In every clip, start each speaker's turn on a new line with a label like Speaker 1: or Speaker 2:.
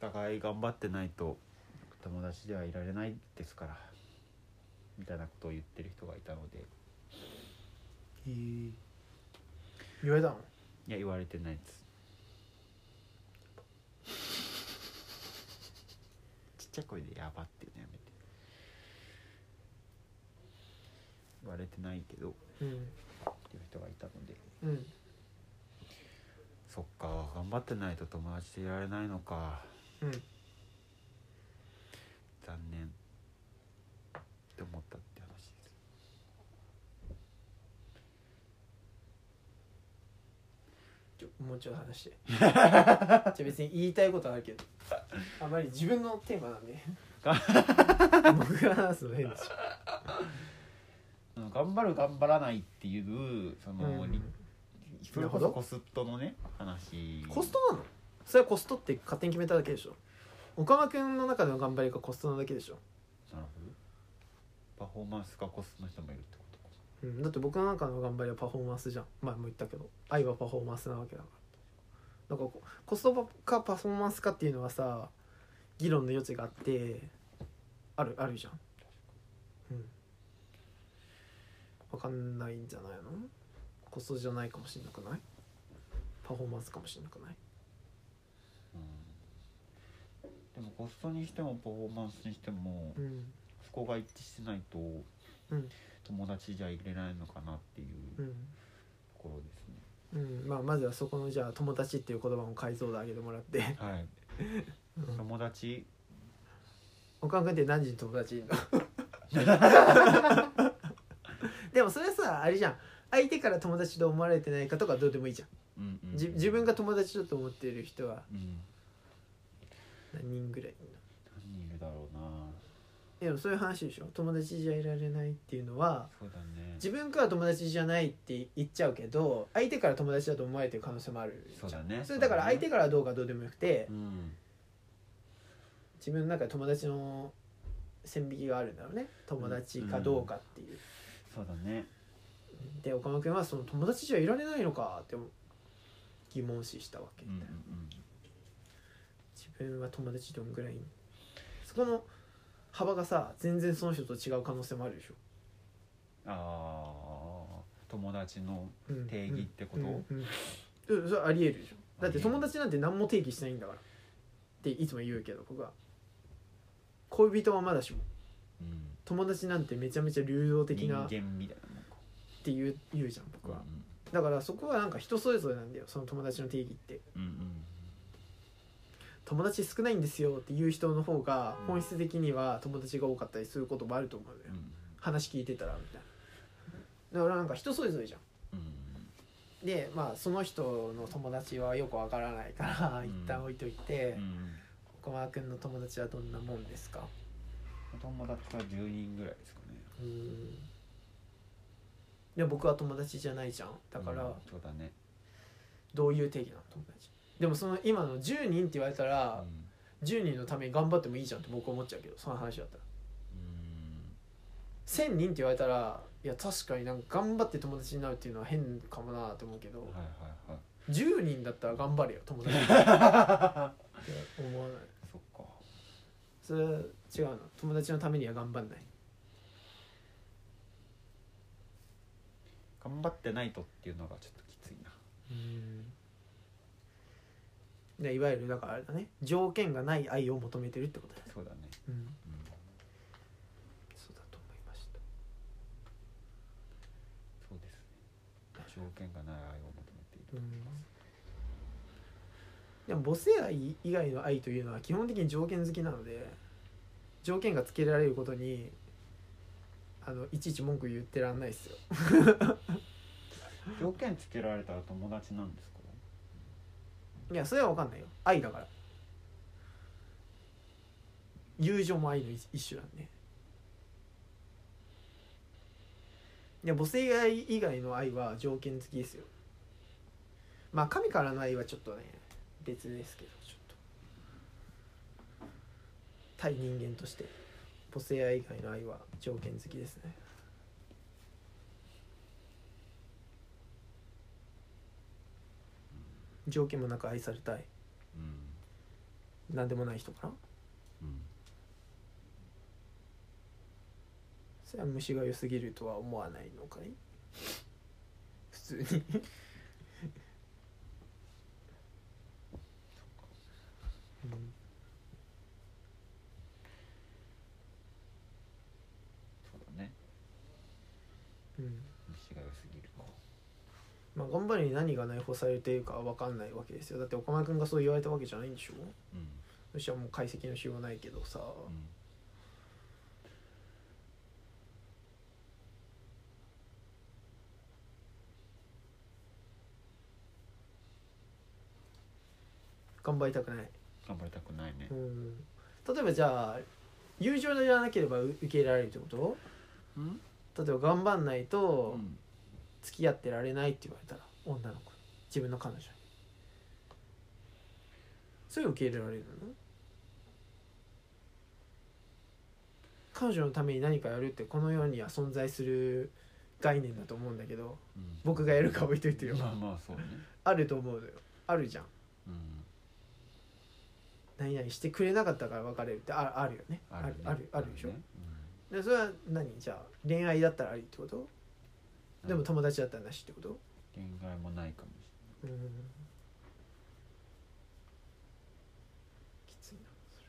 Speaker 1: 互い頑張ってないと友達ではいられないですからみたいなことを言ってる人がいたので
Speaker 2: えー、言われたの
Speaker 1: いや言われてないですちっちゃい声で「やば」っていうのやめて言われてないけどっ
Speaker 2: うん
Speaker 1: ていう人がいたので
Speaker 2: うん
Speaker 1: そっか頑張ってないと友達でいられないのか
Speaker 2: うん
Speaker 1: 残念って思ったって話です
Speaker 2: ちょもうちょい話してじゃあ別に言いたいことはあるけどあまり自分のテーマなんで僕が話すの変でしょ
Speaker 1: うん頑張る頑張らないっていうその、
Speaker 2: うん
Speaker 1: りそれこそ
Speaker 2: なるほど
Speaker 1: コストのね話
Speaker 2: コストなのそれはコストって勝手に決めただけでしょ岡間君の中での頑張りがコストなだけでしょ、
Speaker 1: なるほどパフォーマンスがコストの人もいるってことか
Speaker 2: うん、だって僕の中の頑張りはパフォーマンスじゃん前も言ったけど愛はパフォーマンスなわけだからだからこコストかパフォーマンスかっていうのはさ議論の余地があってあるあるじゃんうん分かんないんじゃないのコストじゃないかもしんなくないパフォーマンスかもしんなくない
Speaker 1: うんでもコストにしてもパフォーマンスにしても
Speaker 2: うん
Speaker 1: そこが一致してないと
Speaker 2: うん
Speaker 1: 友達じゃ入れないのかなっていう
Speaker 2: う
Speaker 1: と
Speaker 2: ん
Speaker 1: ころですね、
Speaker 2: うんまあ、まずはそこのじゃあ「友達」っていう言葉も解像度上げてもらって
Speaker 1: はい友達
Speaker 2: おかんくんって何時に友達いん のでもそれさあれじゃん相手から友達と思われてないかとかどうでもいいじゃん、
Speaker 1: うんうん
Speaker 2: じ自分が友達だと思っている人は
Speaker 1: うん
Speaker 2: 何人ぐらいいるの
Speaker 1: 何人いるだろうな
Speaker 2: でもそういう話でしょ友達じゃいられないっていうのは
Speaker 1: そうだね
Speaker 2: 自分から友達じゃないって言っちゃうけど相手から友達だと思われてる可能性もあるじゃん
Speaker 1: そうだね
Speaker 2: それだから
Speaker 1: そうだね
Speaker 2: 相手からどうかどうでもよくて、
Speaker 1: うん
Speaker 2: 自分の中で友達の線引きがあるんだろうね友達かどうかっていう、
Speaker 1: そうだね
Speaker 2: で岡間君はその友達じゃいられないのかって疑問視したわけ、
Speaker 1: うんうんうん
Speaker 2: 自分は友達どんぐらいいんのそこの幅がさ全然その人と違う可能性もあるでしょ、
Speaker 1: ああ友達の
Speaker 2: うん
Speaker 1: 定義ってこと
Speaker 2: うんうんうんうんそれありえるでしょだっ
Speaker 1: ありえ
Speaker 2: て
Speaker 1: る
Speaker 2: 友達なんて何も定義しないんだからっていつも言うけど僕は恋人はまだしも
Speaker 1: うん
Speaker 2: 友達なんてめちゃめちゃ流動的
Speaker 1: 人
Speaker 2: なっ
Speaker 1: 間みたいなもんか
Speaker 2: て言う言うじゃん僕は、だからそこはなんか人それぞれなんだよその友達の定義って
Speaker 1: うんうん
Speaker 2: 友達少ないんですよっていう人の方が本質的には友達が多かったりすることもあると思うの
Speaker 1: う
Speaker 2: よ、
Speaker 1: ん
Speaker 2: 話聞いてたらみたいなだからなんか人それぞれじゃん
Speaker 1: うん
Speaker 2: でまあその人の友達はよくわからないから、
Speaker 1: うん
Speaker 2: 一旦置いといて
Speaker 1: うん
Speaker 2: 小川君の友達はどんなもんですか
Speaker 1: 友達は10人ぐらいですかね
Speaker 2: うんでも僕は友達じゃないじゃんだから、
Speaker 1: うんそうだね
Speaker 2: どういう定義なの友達でもその今の10人って言われたら、
Speaker 1: うん
Speaker 2: 10人のために頑張ってもいいじゃんって僕は思っちゃうけどその話だったら
Speaker 1: うん
Speaker 2: 1000人って言われたらいや確かになんか頑張って友達になるっていうのは変かもなと思うけど
Speaker 1: はいはいはい
Speaker 2: 10人だったら頑張れよ友達って思わない
Speaker 1: そっか
Speaker 2: それは違うの友達のためには頑張んない
Speaker 1: 頑張ってないとっていうのがちょっときついな
Speaker 2: でいわゆるだからあれだね条件がない愛を求めてるってことだね
Speaker 1: そうだね
Speaker 2: うん
Speaker 1: うん
Speaker 2: そうだと思いました
Speaker 1: そうですね条件がない愛を求めている
Speaker 2: うんでも母性愛以外の愛というのは基本的に条件好きなので条件がつけられることにあのいちいち文句言ってらんないですよ
Speaker 1: 条件つけられたら友達なんですか
Speaker 2: いやそれは分かんないよ愛だから友情も愛の一一種なんでいや母性愛以外の愛は条件付きですよまあ神からの愛はちょっとね別ですけどちょっと対人間として母性愛以外の愛は条件付きですね条件もなく愛されたい
Speaker 1: うん
Speaker 2: 何でもない人から
Speaker 1: うん
Speaker 2: それは虫が良すぎるとは思わないのかい 普通にうん
Speaker 1: そうだね
Speaker 2: うん
Speaker 1: 虫が良すぎるか
Speaker 2: まあ、頑張るに何が内包されているかは分かんないわけですよだって岡村君がそう言われたわけじゃないんでしょ
Speaker 1: うん
Speaker 2: そしたらもう解析のしようがないけどさ、
Speaker 1: うん
Speaker 2: 頑張りたくない、
Speaker 1: 頑張りたくないね
Speaker 2: うん、例えばじゃあ友情じゃなければう受け入れられるってこ
Speaker 1: うん、
Speaker 2: と例えば頑張んないうと
Speaker 1: ん、
Speaker 2: 付き合ってられないって言われたら女の子自分の彼女にそれ受け入れられるの彼女のために何かやるってこの世には存在する概念だと思うんだけど
Speaker 1: うん
Speaker 2: 僕がやるか置いといてよ
Speaker 1: まあまあそうね
Speaker 2: あると思うのよあるじゃん
Speaker 1: うん
Speaker 2: 何々してくれなかったから別れるってああるよねある
Speaker 1: ね
Speaker 2: あるあるでしょ、
Speaker 1: ね
Speaker 2: でそれは何じゃあ恋愛だったらありってこと
Speaker 1: うん
Speaker 2: でも友達だったらなしってこと
Speaker 1: 限界もないかもし
Speaker 2: うんきついなそれ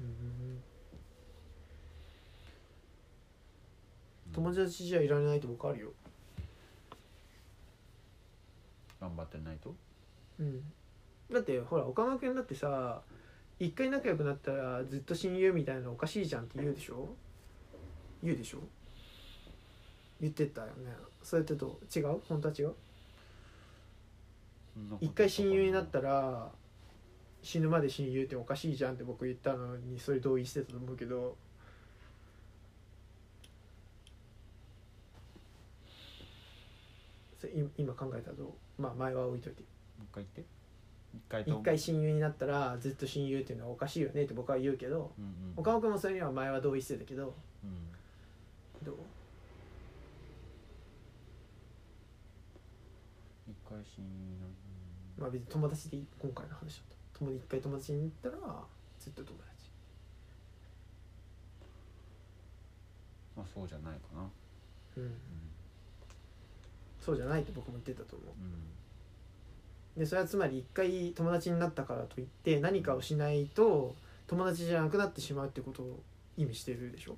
Speaker 2: うん
Speaker 1: れない、う
Speaker 2: 友
Speaker 1: ん、
Speaker 2: 達じゃいられないって僕あるよ
Speaker 1: 頑張ってないと
Speaker 2: うんだってほら岡村君だってさ一回仲良くなったらずっと親友みたいなのおかしいじゃんって言うでしょ言うでしょ言ってたよねそれってと違う本当は違う
Speaker 1: そんなこと
Speaker 2: 一回親友になったら死ぬまで親友っておかしいじゃんって僕言ったのにそれ同意してたと思うけどそれい今考えたらどうまあ前は置いといて
Speaker 1: もう一回言って一回と
Speaker 2: 一回親友になったらずっと親友っていうのはおかしいよねって僕は言うけど
Speaker 1: うんうん
Speaker 2: 岡本君もそれには前は同意してたけど
Speaker 1: うん
Speaker 2: どう
Speaker 1: 一回親友な
Speaker 2: まあ別に友達でいい今回の話だと友達一回友達に行ったらずっと友達
Speaker 1: まあそうじゃないかな
Speaker 2: うん
Speaker 1: う
Speaker 2: そうじゃないって僕も言ってたと思
Speaker 1: んうん
Speaker 2: うでそれはつまり一回友達になったからといって何かをしないと友達じゃなくなってしまうってことを意味してるでしょ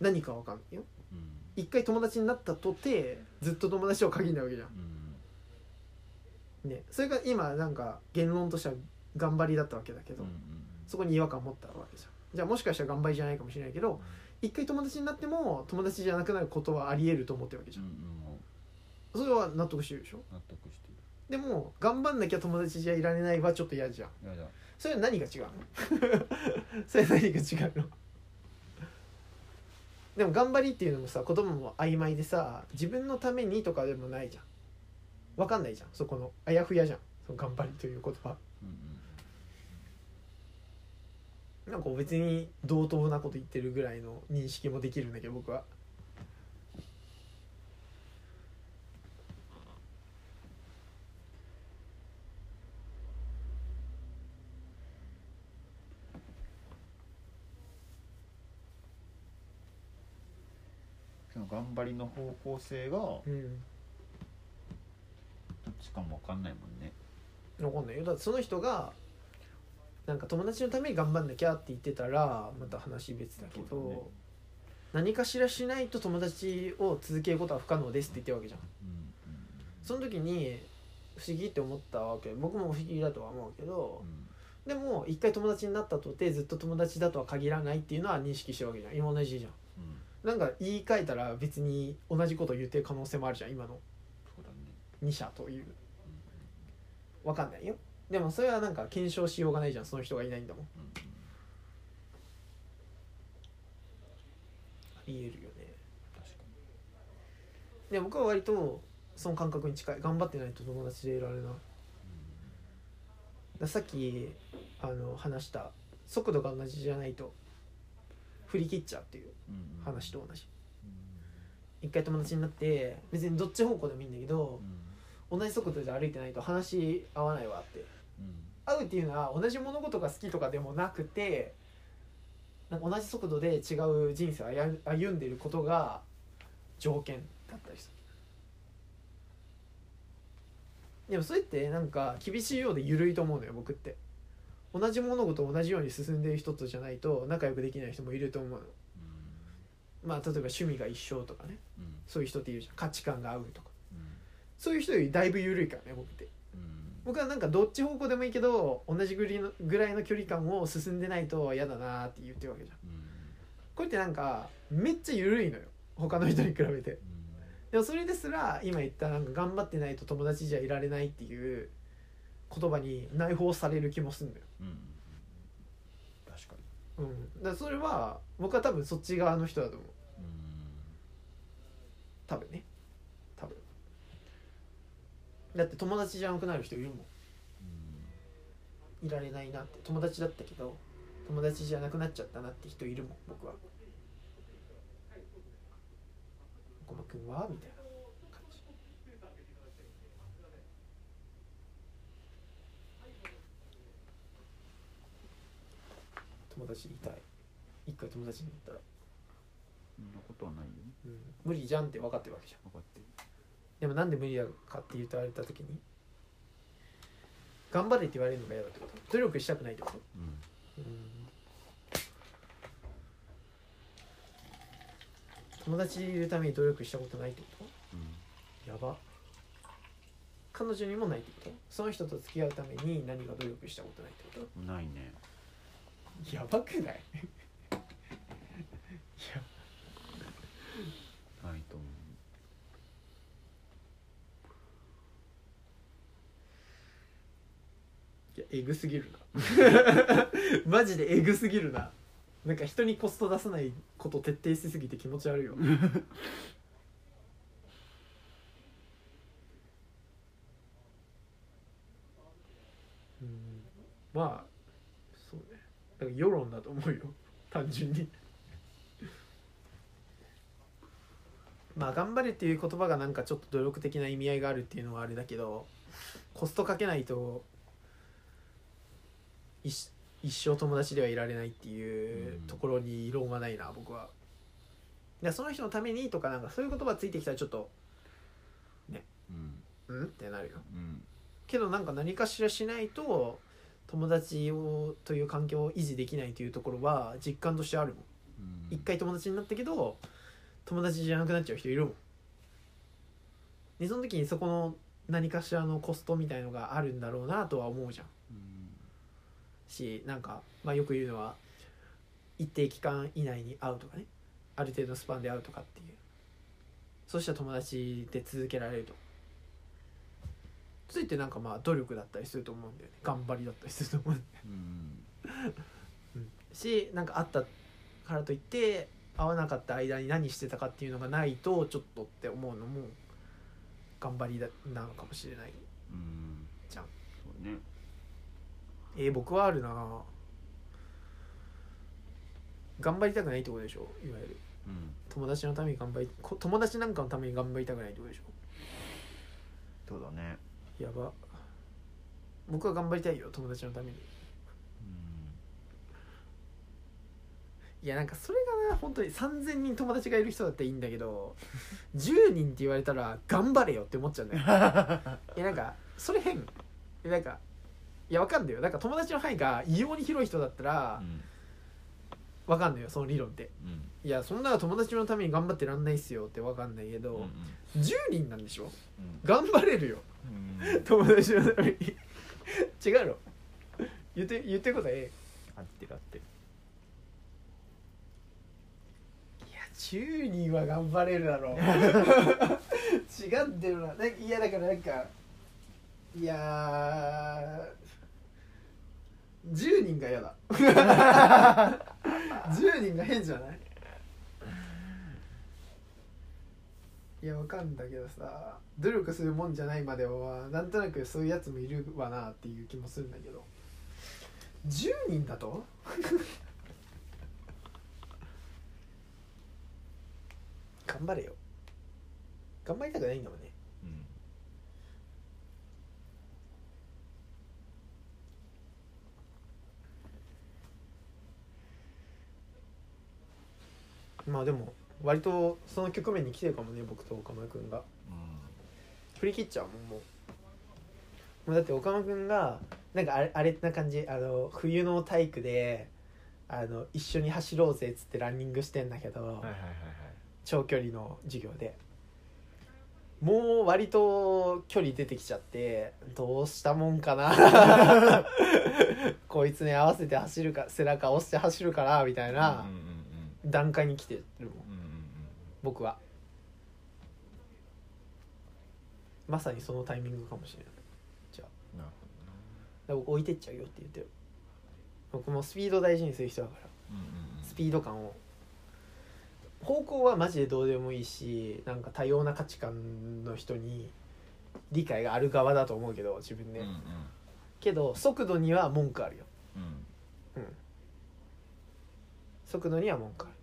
Speaker 2: 何かわかんないよ
Speaker 1: うん
Speaker 2: 一回友達になったとてずっと友達を限らないわけじゃん
Speaker 1: うん
Speaker 2: ね、それが今なんか言論としては頑張りだったわけだけ
Speaker 1: う
Speaker 2: ど、
Speaker 1: ん
Speaker 2: そこに違和感を持ったわけじゃんじゃあもしかしたら頑張りじゃないかもしれないけど一回友達になっても友達じゃなくなることはありえると思ってるわけじ
Speaker 1: う
Speaker 2: ゃん
Speaker 1: んうんも
Speaker 2: それは納得してるでしょ
Speaker 1: う納得してる
Speaker 2: でも頑張んなきゃ友達じゃいられないはちょっと嫌じゃん
Speaker 1: いやいや
Speaker 2: それは何が違うの それは何が違うのでも頑張りっていうのもさ言葉も曖昧でさ自分のためにとかでもないじゃん分かんないじゃんそこのあやふやじゃんその頑張りという言葉
Speaker 1: うんうん
Speaker 2: なんか別に同等なこと言ってるぐらいの認識もできるんだけど僕は
Speaker 1: その頑張りの方向性がど
Speaker 2: うん
Speaker 1: っちかも分かんないもんね
Speaker 2: 分かんないよだってその人がなんか友達のために頑張んなきゃって言ってたらまた話別だけど
Speaker 1: そうだね
Speaker 2: 何かしらしないと友達を続けることは不可能ですって言ってるわけじゃん
Speaker 1: うん
Speaker 2: その時に不思議って思ったわけ僕も不思議だとは思うけど
Speaker 1: うんうん
Speaker 2: でも一回友達になったとてずっと友達だとは限らないっていうのは認識してるわけじゃん今同じじゃん
Speaker 1: うん
Speaker 2: なんか言い換えたら別に同じこと言ってる可能性もあるじゃん今の
Speaker 1: そうだね
Speaker 2: 2社というわかんないよでもそれはなんか検証しようがないじゃんその人がいないんだもん
Speaker 1: うんうん
Speaker 2: ありえるよね
Speaker 1: 確かに
Speaker 2: で僕は割とその感覚に近い頑張ってないと友達でいられないだからさっきあの話した速度が同じじゃないと振り切っちゃうっていう
Speaker 1: うんうん
Speaker 2: 話と同じ
Speaker 1: うん
Speaker 2: 一回友達になって別にどっち方向でもいいんだけど
Speaker 1: うん
Speaker 2: お同じ速度で歩いてないと話合わないわって
Speaker 1: うん
Speaker 2: 合うっていうのは同じ物事が好きとかでもなくてなんか同じ速度で違う人生を歩歩んでることが条件だったりするでもそれってなんか厳しいようで緩いと思うのよ僕って同じ物事を同じように進んでる人とじゃないと仲良くできない人もいると思うのまあ例えば趣味が一緒とかね
Speaker 1: うんうん
Speaker 2: そういう人っているじゃん価値観が合うとか
Speaker 1: うん
Speaker 2: そういう人よりだいぶ緩いからね僕って
Speaker 1: うん
Speaker 2: 僕はなんかどっち方向でもいいけど同じぐりのぐらいの距離感を進んでないと嫌だなーって言ってるわけじゃん
Speaker 1: うん
Speaker 2: これってなんかめっちゃ緩いのよ他の人に比べてでもそれですら今言ったなんか頑張ってないと友達じゃいられないっていう言葉に内包される気もすんのよ、
Speaker 1: うん確かに
Speaker 2: うん、だからそれは僕は多分そっち側の人だと思う
Speaker 1: うん
Speaker 2: 多分ね多分だって友達じゃなくなる人いるもんいられないなって友達だったけど友達じゃなくなっちゃったなって人いるもん僕は「ごまくんは?」みたいな感じ友達いたい一回友達に言ったら、
Speaker 1: そんなことはないよ
Speaker 2: うん無理じゃんって分かってるわけじゃん
Speaker 1: 分かってる
Speaker 2: でもなんで無理だかって言われた時に頑張れって言われるのが嫌だってこと努力したくないってこと
Speaker 1: うん
Speaker 2: 友達いるために努力したことないってこ
Speaker 1: うん
Speaker 2: とやば彼女にもないってことその人と付き合うために何か努力したことないってこ
Speaker 1: ないね
Speaker 2: とやばくないいや
Speaker 1: ないと思う
Speaker 2: いやえぐすぎるな マジでえぐすぎるななんか人にコスト出さないこと徹底しすぎて気持ち悪いようんまあそうねだから世論だと思うよ 単純に まあ頑張れっていう言葉がなんかちょっと努力的な意味合いがあるっていうのはあれだけどコストかけないと一一生友達ではいられないっていううんところに異論はないな、僕は。でその人のためにとかなんかそういう言葉ついてきたらちょっと
Speaker 1: うん
Speaker 2: うんってなるよ
Speaker 1: うん
Speaker 2: けどなんか何かしらしないと友達をという環境を維持できないというところは実感としてあるもん
Speaker 1: うん
Speaker 2: 一回友達になったけど友達じゃなくなっちゃう人いるもんでその時にそこの何かしらのコストみたいのがあるんだろうなとは思うじゃん
Speaker 1: うん
Speaker 2: しなんか、まあ、よく言うのは一定期間以内に会うとかねある程度のスパンで会うとかっていうそうしたら友達で続けられるとついてなんかまあ努力だったりすると思うんだよね頑張りだったりすると思うんだよね
Speaker 1: うん
Speaker 2: しなんか会ったからといって会わなかった間に何してたかっていうのがないとちょっとって思うのも頑張りだなのかもしれない
Speaker 1: うん
Speaker 2: じゃん
Speaker 1: そうね
Speaker 2: えー、僕はあるな頑張りたくないってことでしょいわゆる
Speaker 1: うん
Speaker 2: 友達のために頑張りこ友達なんかのために頑張りたくないってことでし
Speaker 1: そうだね
Speaker 2: ょやば僕は頑張りたいよ友達のため
Speaker 1: う
Speaker 2: に
Speaker 1: ん
Speaker 2: いやなんかそれがな本当に3,000人友達がいる人だったらいいんだけ ど10人って言われたら頑張れよって思っちゃうん だよいやなんかそれ変いやなんかいやわかんないよなんか友達の範囲が異様に広い人だったら
Speaker 1: うん
Speaker 2: わかんないよその理論って
Speaker 1: うん
Speaker 2: いやそんな友達のために頑張ってらんないっすよってわかんないけ
Speaker 1: うん
Speaker 2: ど、10人なんでしょ
Speaker 1: うん
Speaker 2: 頑張れるよ
Speaker 1: うん
Speaker 2: 友達のために違うの言って言ってることはえ
Speaker 1: 合ってる合ってる
Speaker 2: えいや10人は頑張れるだ ろう違ってるななんかいやだからなんかいやー10人が嫌 だ10人が変じゃないいやわかんだけどさ努力するもんじゃないまではなんとなくそういうやつもいるわなっていう気もするんだけど10人だと頑張れよ頑張りたくないんだもんね
Speaker 1: うん
Speaker 2: まあでも割とその局面に来てるかもね僕と岡村君が振り切っちゃうもんもうもうだって岡村君がなんかあれあれな感じあの冬の体育であの一緒に走ろうぜっつってランニングしてんだけど、
Speaker 1: はいはいはいはい
Speaker 2: 長距離の授業でもう割と距離出てきちゃってどうしたもんか なこいつに合わせて走るか背中押して走るかなみたいな
Speaker 1: うんうん
Speaker 2: 段階に来てるもん
Speaker 1: うんうんうん
Speaker 2: 僕はまさにそのタイミングかもしれない
Speaker 1: うんなる
Speaker 2: だから僕置いてっちゃうよって言ってる僕もスピード大事にする人だから
Speaker 1: ほどなうんうんうん
Speaker 2: スピード感を方向はマジでどうでもいいしなんか多様な価値観の人に理解がある側だと思うけど自分ね、
Speaker 1: うんうん
Speaker 2: けど速度には文句あるよ
Speaker 1: うん
Speaker 2: 速度には文句ある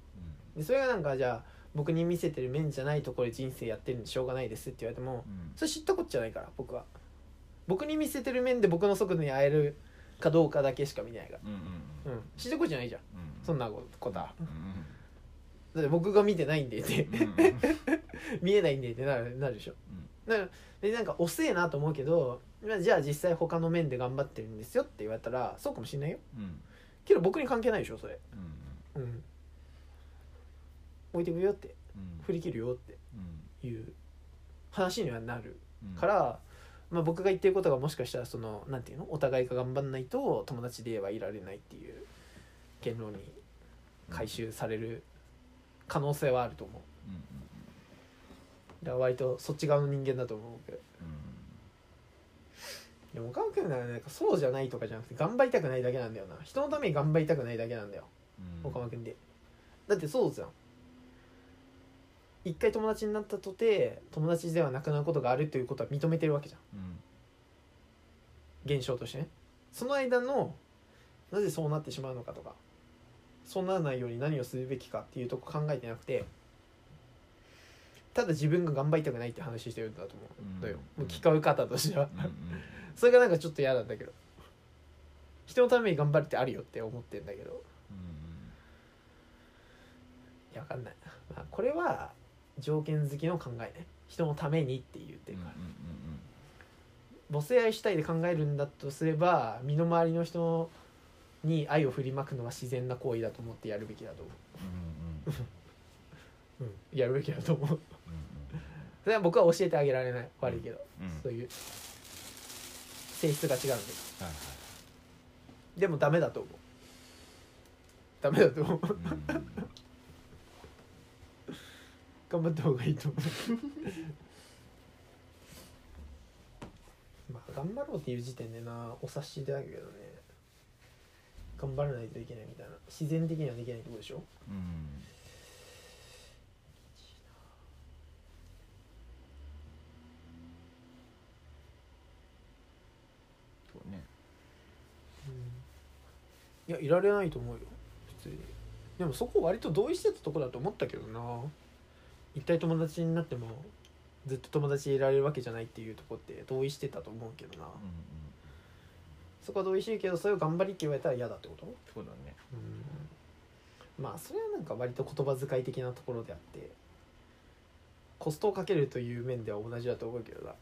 Speaker 2: でそれがなんかじゃあ僕に見せてる面じゃないところで人生やってるんでしょうがないですって言われても
Speaker 1: うん
Speaker 2: それ知ったことじゃないから僕は僕に見せてる面で僕の速度に会えるかどうかだけしか見てないか
Speaker 1: うんうん
Speaker 2: ら、うん、知ったことじゃないじゃん
Speaker 1: うんうん
Speaker 2: そんなことは
Speaker 1: うんうん
Speaker 2: だって僕が見てないんでって
Speaker 1: うんうん
Speaker 2: 見えないんでってなるなるでしょ、だからでなんか遅えなと思うけどまあじゃあ実際他の面で頑張ってるんですよって言われたらそうかもしれないよ
Speaker 1: うん
Speaker 2: けど僕に関係ないでしょそれ
Speaker 1: うん
Speaker 2: うん置いてくよって
Speaker 1: うん
Speaker 2: 振り切るよ
Speaker 1: う
Speaker 2: っ
Speaker 1: ん
Speaker 2: ていう話にはなる
Speaker 1: うん
Speaker 2: から、まあ、僕が言ってることがもしかしたらそのなんていうのお互いが頑張んないと友達ではいられないっていう言論に回収される可能性はあると思う
Speaker 1: うんうん
Speaker 2: だから割とそっち側の人間だと思うけどでも岡君ならなんかそうじゃないとかじゃなくて頑張りたくないだけなんだよな人のために頑張りたくないだけなんだよ
Speaker 1: うん
Speaker 2: 岡間君でだってそうじゃん一回友達になったとて友達ではなくなることがあるということは認めてるわけじゃ
Speaker 1: うん
Speaker 2: ん現象としてねその間のなぜそうなってしまうのかとかそうならないように何をするべきかっていうとこ考えてなくてただ自分が頑張りたくないって話してるんだと思うんだよ、
Speaker 1: うん
Speaker 2: もう聞こえ方としては
Speaker 1: うんうん
Speaker 2: それがなんかちょっと嫌なんだけど人のために頑張るってあるよって思ってんだけど
Speaker 1: うん
Speaker 2: いやわかんない、まあ、これは条件付きの考えね人のためにって言ってるから、母性愛主体で考えるんだとすれば身の回りの人に愛を振りまくのは自然な行為だと思ってやるべきだと思
Speaker 1: うん
Speaker 2: う、うん、やるべきだと思う
Speaker 1: う
Speaker 2: それは僕は教えてあげられない悪いけど、
Speaker 1: んうん
Speaker 2: そういう性質が違うんで
Speaker 1: はいはい
Speaker 2: でもダメだと思うダメだと思う
Speaker 1: うん
Speaker 2: 頑張った方がいいと思う まあ頑張ろうっていう時点でなお察しだけどね頑張らないといけないみたいな自然的にはできないってことでしょ
Speaker 1: うんそうね
Speaker 2: いやいられないと思うよ普通にでもそこ割と同意してたとこだと思ったけどな一体友達になってもずっと友達でいられるわけじゃないっていうとこって同意してたと思うけどな
Speaker 1: うんうん
Speaker 2: そこは同意してるけどそれを頑張りって言われたら嫌だってこと
Speaker 1: そうだね
Speaker 2: うんまあそれはなんか割と言葉遣い的なところであってコストをかけるという面では同じだと思うけどな
Speaker 1: うん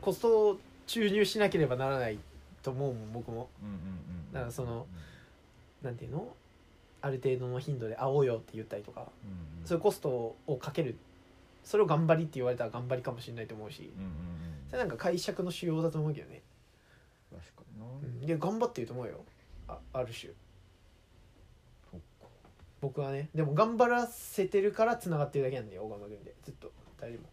Speaker 2: コストを注入しなければならないと思うもん僕も
Speaker 1: うんうんうん
Speaker 2: だからそのなんていうのある程度の頻度で会おうよって言ったりとか
Speaker 1: うんうん
Speaker 2: そういうコストをかけるそれを頑張りって言われたら頑張りかもしれないと思うし
Speaker 1: うんうんうん
Speaker 2: それなんか解釈の主要だと思うけどね、
Speaker 1: 確かにな
Speaker 2: うん、いや頑張ってると思うよあある種
Speaker 1: そっか
Speaker 2: 僕はねでも頑張らせてるからつながってるだけなんだよ小川君でずっと誰にも